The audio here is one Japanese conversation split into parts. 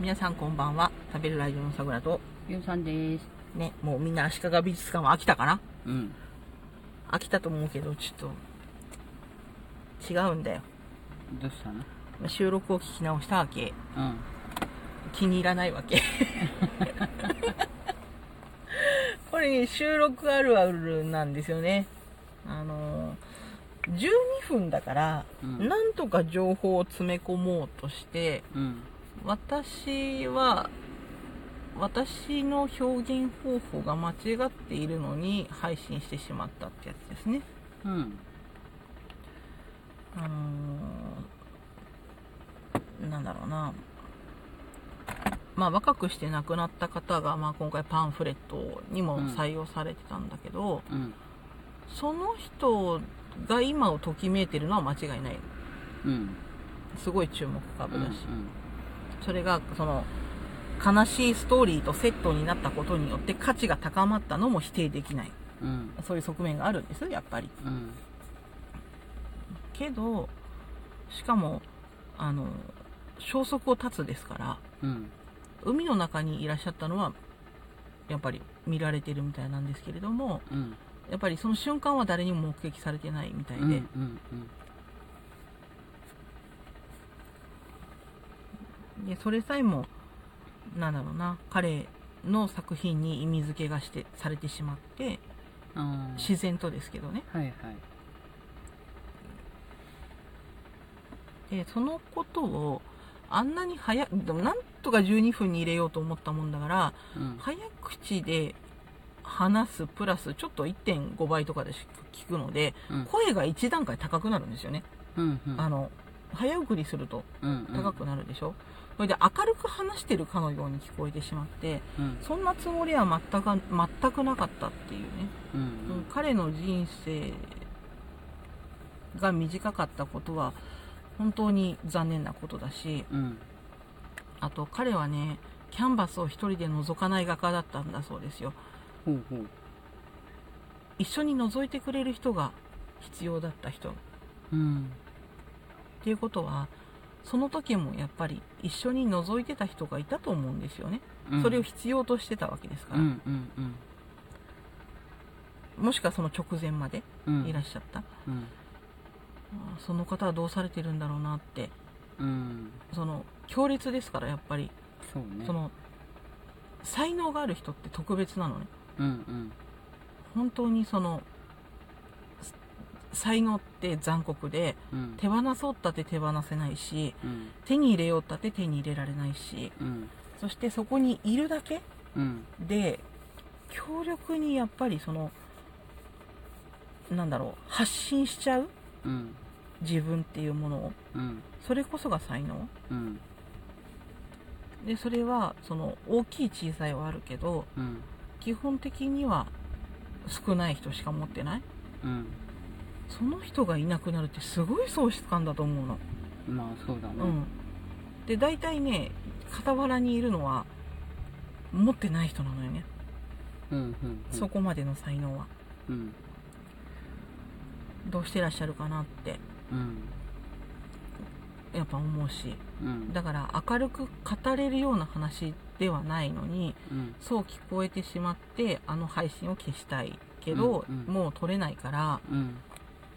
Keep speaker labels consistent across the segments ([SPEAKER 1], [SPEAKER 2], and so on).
[SPEAKER 1] 皆さんこんばんは食べるラジオのさくらと
[SPEAKER 2] ゆうさんです。
[SPEAKER 1] ねもうみんな足利美術館は飽きたかな
[SPEAKER 2] うん。
[SPEAKER 1] 飽きたと思うけどちょっと違うんだよ
[SPEAKER 2] どうしたの
[SPEAKER 1] 収録を聞き直したわけ
[SPEAKER 2] うん。
[SPEAKER 1] 気に入らないわけ これね収録あるあるなんですよねあのー12分だから、
[SPEAKER 2] うん
[SPEAKER 1] なんとか情報を詰め込もうとして
[SPEAKER 2] うん。
[SPEAKER 1] 私は私の表現方法が間違っているのに配信してしまったってやつですね。
[SPEAKER 2] うん。
[SPEAKER 1] あのーなんだろうな、まあ、若くして亡くなった方が、まあ、今回パンフレットにも採用されてたんだけど、
[SPEAKER 2] うん。
[SPEAKER 1] その人が今をときめいてるのは間違いない
[SPEAKER 2] うん。
[SPEAKER 1] すごい注目株だし、
[SPEAKER 2] うん
[SPEAKER 1] それがその悲しいストーリーとセットになったことによって価値が高まったのも否定できない
[SPEAKER 2] うん。
[SPEAKER 1] そういう側面があるんですやっぱり
[SPEAKER 2] うん。
[SPEAKER 1] けどしかもあの消息を絶つですから
[SPEAKER 2] うん。
[SPEAKER 1] 海の中にいらっしゃったのはやっぱり見られてるみたいなんですけれども
[SPEAKER 2] うん。
[SPEAKER 1] やっぱりその瞬間は誰にも目撃されてないみたいで、
[SPEAKER 2] うん。うん。
[SPEAKER 1] でそれさえもなんだろうな彼の作品に意味付けがしてされてしまって
[SPEAKER 2] うん。
[SPEAKER 1] 自然とですけどね
[SPEAKER 2] はいはい。
[SPEAKER 1] でそのことをあんなに早でもなんとか12分に入れようと思ったもんだから
[SPEAKER 2] うん。
[SPEAKER 1] 早口で話すプラスちょっと1.5倍とかで聞くので
[SPEAKER 2] うん。
[SPEAKER 1] 声が1段階高くなるんですよね、
[SPEAKER 2] うん。
[SPEAKER 1] あの早送りすると
[SPEAKER 2] うん。
[SPEAKER 1] 高くなるでしょ、それで明るく話してるかのように聞こえてしまって
[SPEAKER 2] うん。
[SPEAKER 1] そんなつもりは全く全くなかったっていうね、
[SPEAKER 2] う。
[SPEAKER 1] もうん彼の人生が短かったことは本当に残念なことだし
[SPEAKER 2] うん。
[SPEAKER 1] あと彼はねキャンバスを一人で覗かない画家だったんだそうですよ
[SPEAKER 2] ほうほう。
[SPEAKER 1] 一緒に覗いてくれる人が必要だった人っ
[SPEAKER 2] うん。
[SPEAKER 1] ていうことはその時もやっぱり一緒に覗いてた人がいたと思うんですよね、それを必要としてたわけですか
[SPEAKER 2] う
[SPEAKER 1] ら、
[SPEAKER 2] ん。うん。うん。
[SPEAKER 1] もしくはその直前まで
[SPEAKER 2] うん。
[SPEAKER 1] いらっしゃった、
[SPEAKER 2] うん。
[SPEAKER 1] あーその方はどうされてるんだろうなって
[SPEAKER 2] うん。
[SPEAKER 1] その強烈ですからやっぱり
[SPEAKER 2] そうね。
[SPEAKER 1] その才能がある人って特別なのね
[SPEAKER 2] うん。
[SPEAKER 1] 本当にそのす才能って残酷で
[SPEAKER 2] うん。うん。
[SPEAKER 1] 手放そうったって手放せないし
[SPEAKER 2] うん。
[SPEAKER 1] 手に入れようったって手に入れられないし
[SPEAKER 2] うん。
[SPEAKER 1] そしてそこにいるだけ
[SPEAKER 2] うん。
[SPEAKER 1] で強力にやっぱりそのなんだろう発信しちゃう
[SPEAKER 2] うん。
[SPEAKER 1] 自分っていうものを
[SPEAKER 2] うん。
[SPEAKER 1] それこそが才能
[SPEAKER 2] うん。
[SPEAKER 1] でそれはその大きい小さいはあるけど
[SPEAKER 2] うん。
[SPEAKER 1] 基本的には少ない人しか持ってない
[SPEAKER 2] うん。
[SPEAKER 1] その人がいなくなるってすごい喪失感だと思うの
[SPEAKER 2] まあ、そうだ
[SPEAKER 1] う
[SPEAKER 2] ね。
[SPEAKER 1] んで大体ね傍らにいるのは持ってない人なのよね、
[SPEAKER 2] うん。うん。
[SPEAKER 1] そこまでの才能は
[SPEAKER 2] うん。
[SPEAKER 1] どうしてらっしゃるかなって
[SPEAKER 2] うん。
[SPEAKER 1] やっぱ思うし
[SPEAKER 2] うん。
[SPEAKER 1] だから明るく語れるような話ではないのに
[SPEAKER 2] うん。
[SPEAKER 1] そう聞こえてしまってあの配信を消したいけど、
[SPEAKER 2] うんうん
[SPEAKER 1] もう撮れないから
[SPEAKER 2] うん。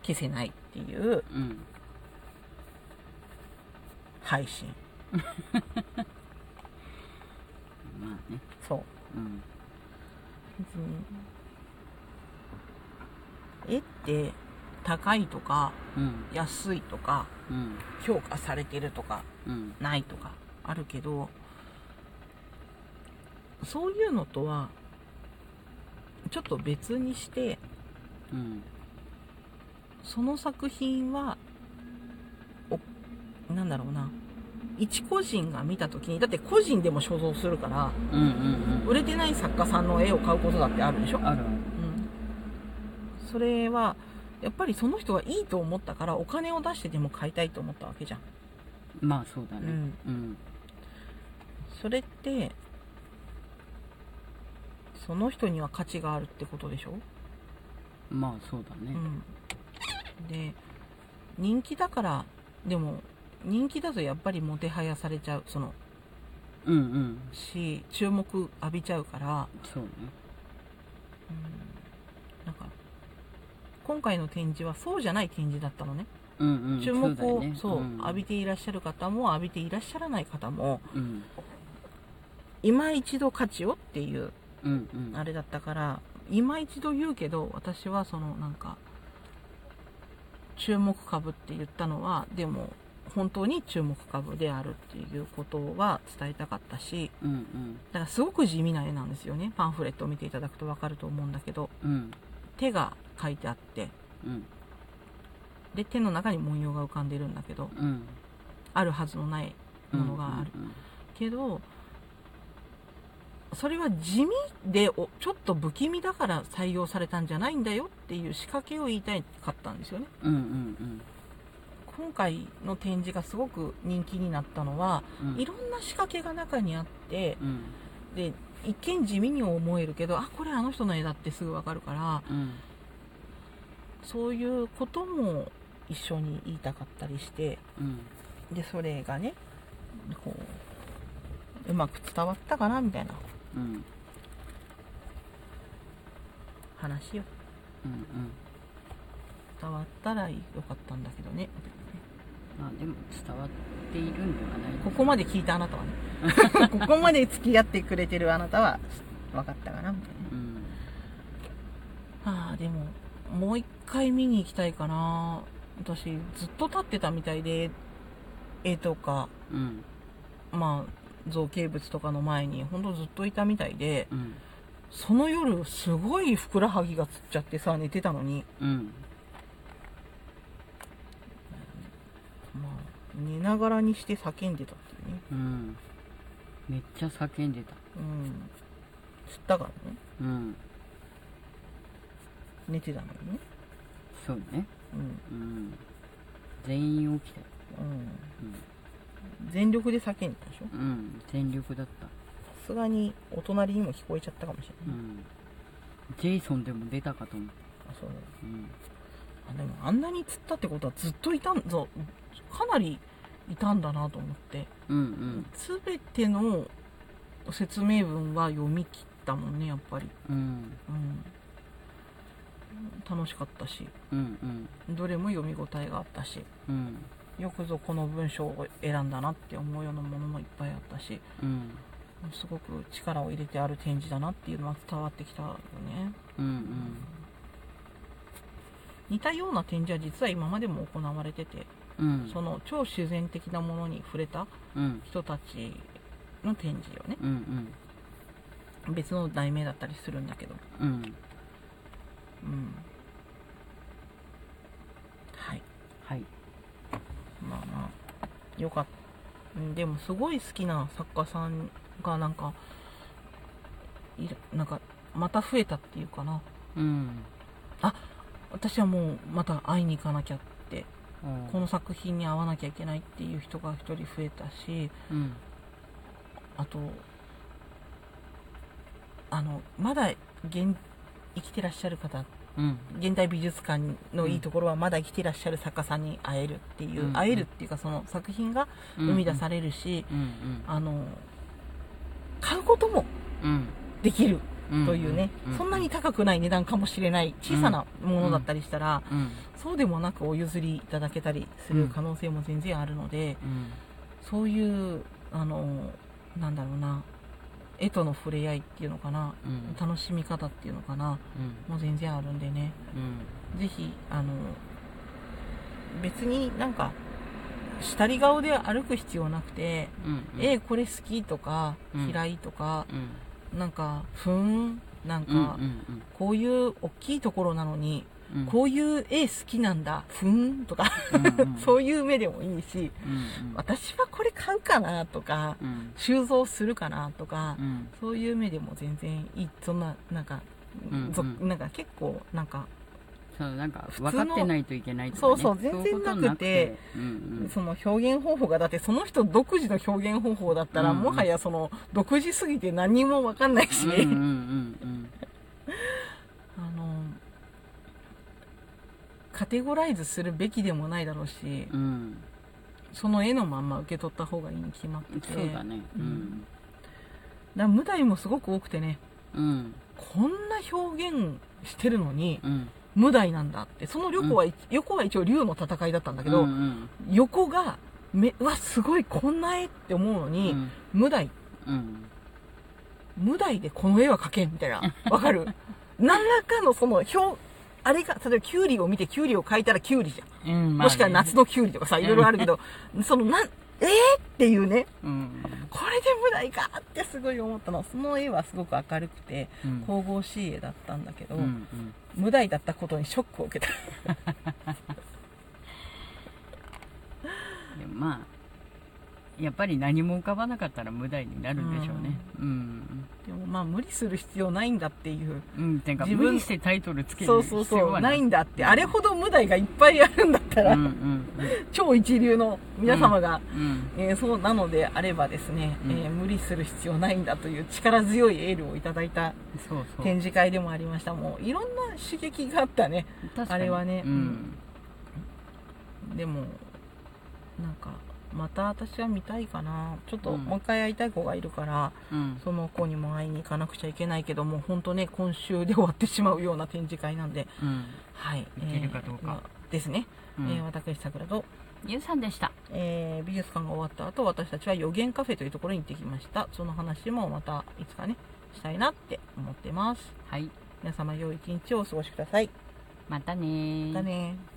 [SPEAKER 1] 消せないっていう
[SPEAKER 2] うん。
[SPEAKER 1] 配信
[SPEAKER 2] まあね。
[SPEAKER 1] そう
[SPEAKER 2] うん。
[SPEAKER 1] 別に絵って高いとか
[SPEAKER 2] うん。
[SPEAKER 1] 安いとか
[SPEAKER 2] うん。
[SPEAKER 1] 評価されてるとか
[SPEAKER 2] うん。
[SPEAKER 1] ないとかあるけどそういうのとはちょっと別にして
[SPEAKER 2] うん。
[SPEAKER 1] その作品はおなんだろうな一個人が見た時にだって個人でも所蔵するから
[SPEAKER 2] うん。うん。
[SPEAKER 1] 売れてない作家さんの絵を買うことだってあるでしょ
[SPEAKER 2] あるある。
[SPEAKER 1] うんそれはやっぱりその人がいいと思ったからお金を出してでも買いたいと思ったわけじゃん
[SPEAKER 2] まあそうだね。うん。
[SPEAKER 1] それってその人には価値があるってことでしょ、
[SPEAKER 2] まあそうだ
[SPEAKER 1] う
[SPEAKER 2] ね。
[SPEAKER 1] ん、で人気だからでも人気だとやっぱりもてはやされちゃうその
[SPEAKER 2] うんうん
[SPEAKER 1] し注目浴びちゃうから、
[SPEAKER 2] そうね
[SPEAKER 1] うん、なんか今回の展示はそうじゃない展示だったのね
[SPEAKER 2] うんうん
[SPEAKER 1] 注目を
[SPEAKER 2] そ
[SPEAKER 1] そうう、
[SPEAKER 2] だよねうん、
[SPEAKER 1] 浴びていらっしゃる方も浴びていらっしゃらない方も
[SPEAKER 2] うん
[SPEAKER 1] 今一度価値をっていう
[SPEAKER 2] うんうん
[SPEAKER 1] あれだったから今一度言うけど私はそのなんか注目株って言ったのはでも本当に注目株であるっていうことは伝えたかったし
[SPEAKER 2] うんうん
[SPEAKER 1] だからすごく地味な絵なんですよねパンフレットを見ていただくと分かると思うんだけど
[SPEAKER 2] うん
[SPEAKER 1] 手が書いてあって
[SPEAKER 2] うん
[SPEAKER 1] で手の中に文様が浮かんでるんだけど
[SPEAKER 2] うん
[SPEAKER 1] あるはずのないものがある
[SPEAKER 2] うん
[SPEAKER 1] けどそれは地味でおちょっと不気味だから採用されたんじゃないんだよっていう仕掛けを言いたかったんですよね
[SPEAKER 2] うんうん
[SPEAKER 1] 今回の展示がすごく人気になったのは
[SPEAKER 2] うんうん
[SPEAKER 1] いろんな仕掛けが中にあって
[SPEAKER 2] うん
[SPEAKER 1] で一見地味に思えるけどあこれあの人の絵だってすぐわかるから
[SPEAKER 2] うん
[SPEAKER 1] そういうことも一緒に言いたかったりして
[SPEAKER 2] うん
[SPEAKER 1] でそれがねこううまく伝わったかなみたいな
[SPEAKER 2] うん
[SPEAKER 1] 話よ
[SPEAKER 2] うん
[SPEAKER 1] 伝わったらよかったんだけどね
[SPEAKER 2] まあでも伝わっているんではない
[SPEAKER 1] ここまで聞いたあなたはね ここまで付き合ってくれてるあなたは分かったかなみたい
[SPEAKER 2] うん
[SPEAKER 1] なはあでももう一回見に行きたいかな私ずっと立ってたみたいで絵とか
[SPEAKER 2] うん
[SPEAKER 1] まあ造形物とかの前にほんとずっといたみたいで
[SPEAKER 2] うん
[SPEAKER 1] その夜すごいふくらはぎがつっちゃってさ寝てたのに
[SPEAKER 2] うん
[SPEAKER 1] まあ寝ながらにして叫んでたっていうね
[SPEAKER 2] うんめっちゃ叫んでた
[SPEAKER 1] うん吸ったからね
[SPEAKER 2] うん
[SPEAKER 1] 寝てたのにね
[SPEAKER 2] そうね
[SPEAKER 1] うん
[SPEAKER 2] うん全員起きたよ
[SPEAKER 1] うん、全力で叫んだでしょ
[SPEAKER 2] うん、うん、全力だった
[SPEAKER 1] さすがにお隣にも聞こえちゃったかもし
[SPEAKER 2] う
[SPEAKER 1] れない、
[SPEAKER 2] んジェイソンでも出たかと思った
[SPEAKER 1] あそう
[SPEAKER 2] うん
[SPEAKER 1] あでもあんなに釣ったってことはずっといたんぞかなりいたんだなと思って
[SPEAKER 2] うん
[SPEAKER 1] 全ての説明文は読み切ったもんねやっぱり、
[SPEAKER 2] うんうん
[SPEAKER 1] うん、楽しかったし
[SPEAKER 2] うんうん
[SPEAKER 1] どれも読み応えがあったし
[SPEAKER 2] うん
[SPEAKER 1] よくぞこの文章を選んだなって思うようなものもいっぱいあったし
[SPEAKER 2] うん
[SPEAKER 1] すごく力を入れてある展示だなっていうのは伝わってきたよね
[SPEAKER 2] うんうん
[SPEAKER 1] 似たような展示は実は今までも行われてて、
[SPEAKER 2] うん
[SPEAKER 1] その超自然的なものに触れた
[SPEAKER 2] うん
[SPEAKER 1] 人たちの展示をね
[SPEAKER 2] うんうん
[SPEAKER 1] 別の題名だったりするんだけど
[SPEAKER 2] うん
[SPEAKER 1] うんはい
[SPEAKER 2] はい
[SPEAKER 1] まあまあよかったうんでもすごい好きな作家さんがなんかいるなんかまた増えたっていうかな
[SPEAKER 2] うん
[SPEAKER 1] 私はもうまた会いに行かなきゃって
[SPEAKER 2] うん
[SPEAKER 1] この作品に会わなきゃいけないっていう人が一人増えたし
[SPEAKER 2] うん
[SPEAKER 1] あとあのまだ現生きてらっしゃる方
[SPEAKER 2] うん
[SPEAKER 1] 現代美術館のいいところはまだ生きてらっしゃる作家さんに会えるっていう、
[SPEAKER 2] うん
[SPEAKER 1] 会えるっていうかその作品が生み出されるし、
[SPEAKER 2] うんうん
[SPEAKER 1] あの買うことも
[SPEAKER 2] うん
[SPEAKER 1] できる
[SPEAKER 2] うん
[SPEAKER 1] というね、
[SPEAKER 2] うん
[SPEAKER 1] そんなに高くない値段かもしれない小さなものだったりしたら、
[SPEAKER 2] うん
[SPEAKER 1] そうでもなくお譲りいただけたりする可能性も全然あるので、
[SPEAKER 2] うん
[SPEAKER 1] そういうあのなんだろうな絵との触れ合いっていうのかな
[SPEAKER 2] うん
[SPEAKER 1] 楽しみ方っていうのかな
[SPEAKER 2] うん
[SPEAKER 1] もう全然あるんでね
[SPEAKER 2] うん
[SPEAKER 1] ぜひあの別になんか下り顔で歩く必要なくて、
[SPEAKER 2] うんうん
[SPEAKER 1] えこれ好きとか
[SPEAKER 2] うん
[SPEAKER 1] 嫌いとか、
[SPEAKER 2] うん
[SPEAKER 1] なんかふーんなん
[SPEAKER 2] う
[SPEAKER 1] か、
[SPEAKER 2] ん
[SPEAKER 1] こういう大きいところなのに、
[SPEAKER 2] うんうん
[SPEAKER 1] こういう絵好きなんだふーんとか、
[SPEAKER 2] うんうん
[SPEAKER 1] そういう目でもいいし
[SPEAKER 2] うん
[SPEAKER 1] 私はこれ買うかなとか
[SPEAKER 2] うん
[SPEAKER 1] 収蔵するかなとか、
[SPEAKER 2] うん
[SPEAKER 1] そういう目でも全然いいそんななんか、
[SPEAKER 2] うん
[SPEAKER 1] ぞ
[SPEAKER 2] うん
[SPEAKER 1] なんか結構なんか、
[SPEAKER 2] そうなんか
[SPEAKER 1] 普通の
[SPEAKER 2] 分かってないといけないとか、ね、
[SPEAKER 1] そうそう全然なくて
[SPEAKER 2] そういうことなくて
[SPEAKER 1] その表現方法がだってその人独自の表現方法だったら、
[SPEAKER 2] うんうん
[SPEAKER 1] もはやその独自すぎて何にも分かんないし、
[SPEAKER 2] うんうんうんうん
[SPEAKER 1] あのカテゴライズするべきでもないだろうし
[SPEAKER 2] うんうん
[SPEAKER 1] その絵のまんま受け取った方がいいに決まってて
[SPEAKER 2] そうだねう
[SPEAKER 1] うん
[SPEAKER 2] ん
[SPEAKER 1] だから無題もすごく多くてね
[SPEAKER 2] うん
[SPEAKER 1] こんな表現してるのに
[SPEAKER 2] うん
[SPEAKER 1] 無題なんだってその横は、横は一応竜の戦いだったんだけど、
[SPEAKER 2] うんうん
[SPEAKER 1] 横がめうわすごいこんな絵って思うのに、
[SPEAKER 2] うん
[SPEAKER 1] 無題
[SPEAKER 2] うん
[SPEAKER 1] 無題でこの絵は描けんみ たいなわかる何らかのその表あれが例えばキュウリを見てキュウリを描いたらキュウリじゃん、
[SPEAKER 2] うん
[SPEAKER 1] もしくは夏のキュウリとかさいろいろあるけどそのなんえー、っていうね
[SPEAKER 2] うん
[SPEAKER 1] これで無題かってすごい思ったのその絵はすごく明るくて
[SPEAKER 2] うん
[SPEAKER 1] 神々しい絵だったんだけど、
[SPEAKER 2] うんうん
[SPEAKER 1] 無題だったことにショックを受けた
[SPEAKER 2] でもまあやっぱり何も浮かばなかったら無題になるんでしょうねうん
[SPEAKER 1] でもまあ無理する必要ないんだっていう
[SPEAKER 2] うんてか
[SPEAKER 1] 自分
[SPEAKER 2] 無理してタイトルつけ
[SPEAKER 1] そ
[SPEAKER 2] る
[SPEAKER 1] うそう
[SPEAKER 2] 必
[SPEAKER 1] そ
[SPEAKER 2] 要
[SPEAKER 1] う
[SPEAKER 2] は
[SPEAKER 1] ないん
[SPEAKER 2] だ
[SPEAKER 1] だってあれほど無題がいっぱいあるんだった
[SPEAKER 2] う
[SPEAKER 1] ら、
[SPEAKER 2] んうん
[SPEAKER 1] 超一流の皆様が、
[SPEAKER 2] うんうん
[SPEAKER 1] えーそうなのであればですね、
[SPEAKER 2] うん
[SPEAKER 1] えー無理する必要ないんだという力強いエールをいただいた
[SPEAKER 2] そうそう
[SPEAKER 1] 展示会でもありましたもういろんな刺激があったね
[SPEAKER 2] 確かに
[SPEAKER 1] あれはね
[SPEAKER 2] うん
[SPEAKER 1] でもなんかまた私は見たいかなちょっと
[SPEAKER 2] うん
[SPEAKER 1] もう一回会いたい子がいるから、
[SPEAKER 2] うん
[SPEAKER 1] その子にも会いに行かなくちゃいけないけども本当ね今週で終わってしまうような展示会なんで
[SPEAKER 2] うん
[SPEAKER 1] はい
[SPEAKER 2] 行けるかどうか
[SPEAKER 1] まあですね、
[SPEAKER 2] うん
[SPEAKER 1] えー私さくらと
[SPEAKER 2] ゆうさんでした
[SPEAKER 1] えー美術館が終わった後私たちは予言カフェというところに行ってきましたその話もまたいつかねしたいなって思ってます
[SPEAKER 2] はい
[SPEAKER 1] 皆様良い一日をお過ごしください
[SPEAKER 2] またねー
[SPEAKER 1] またねー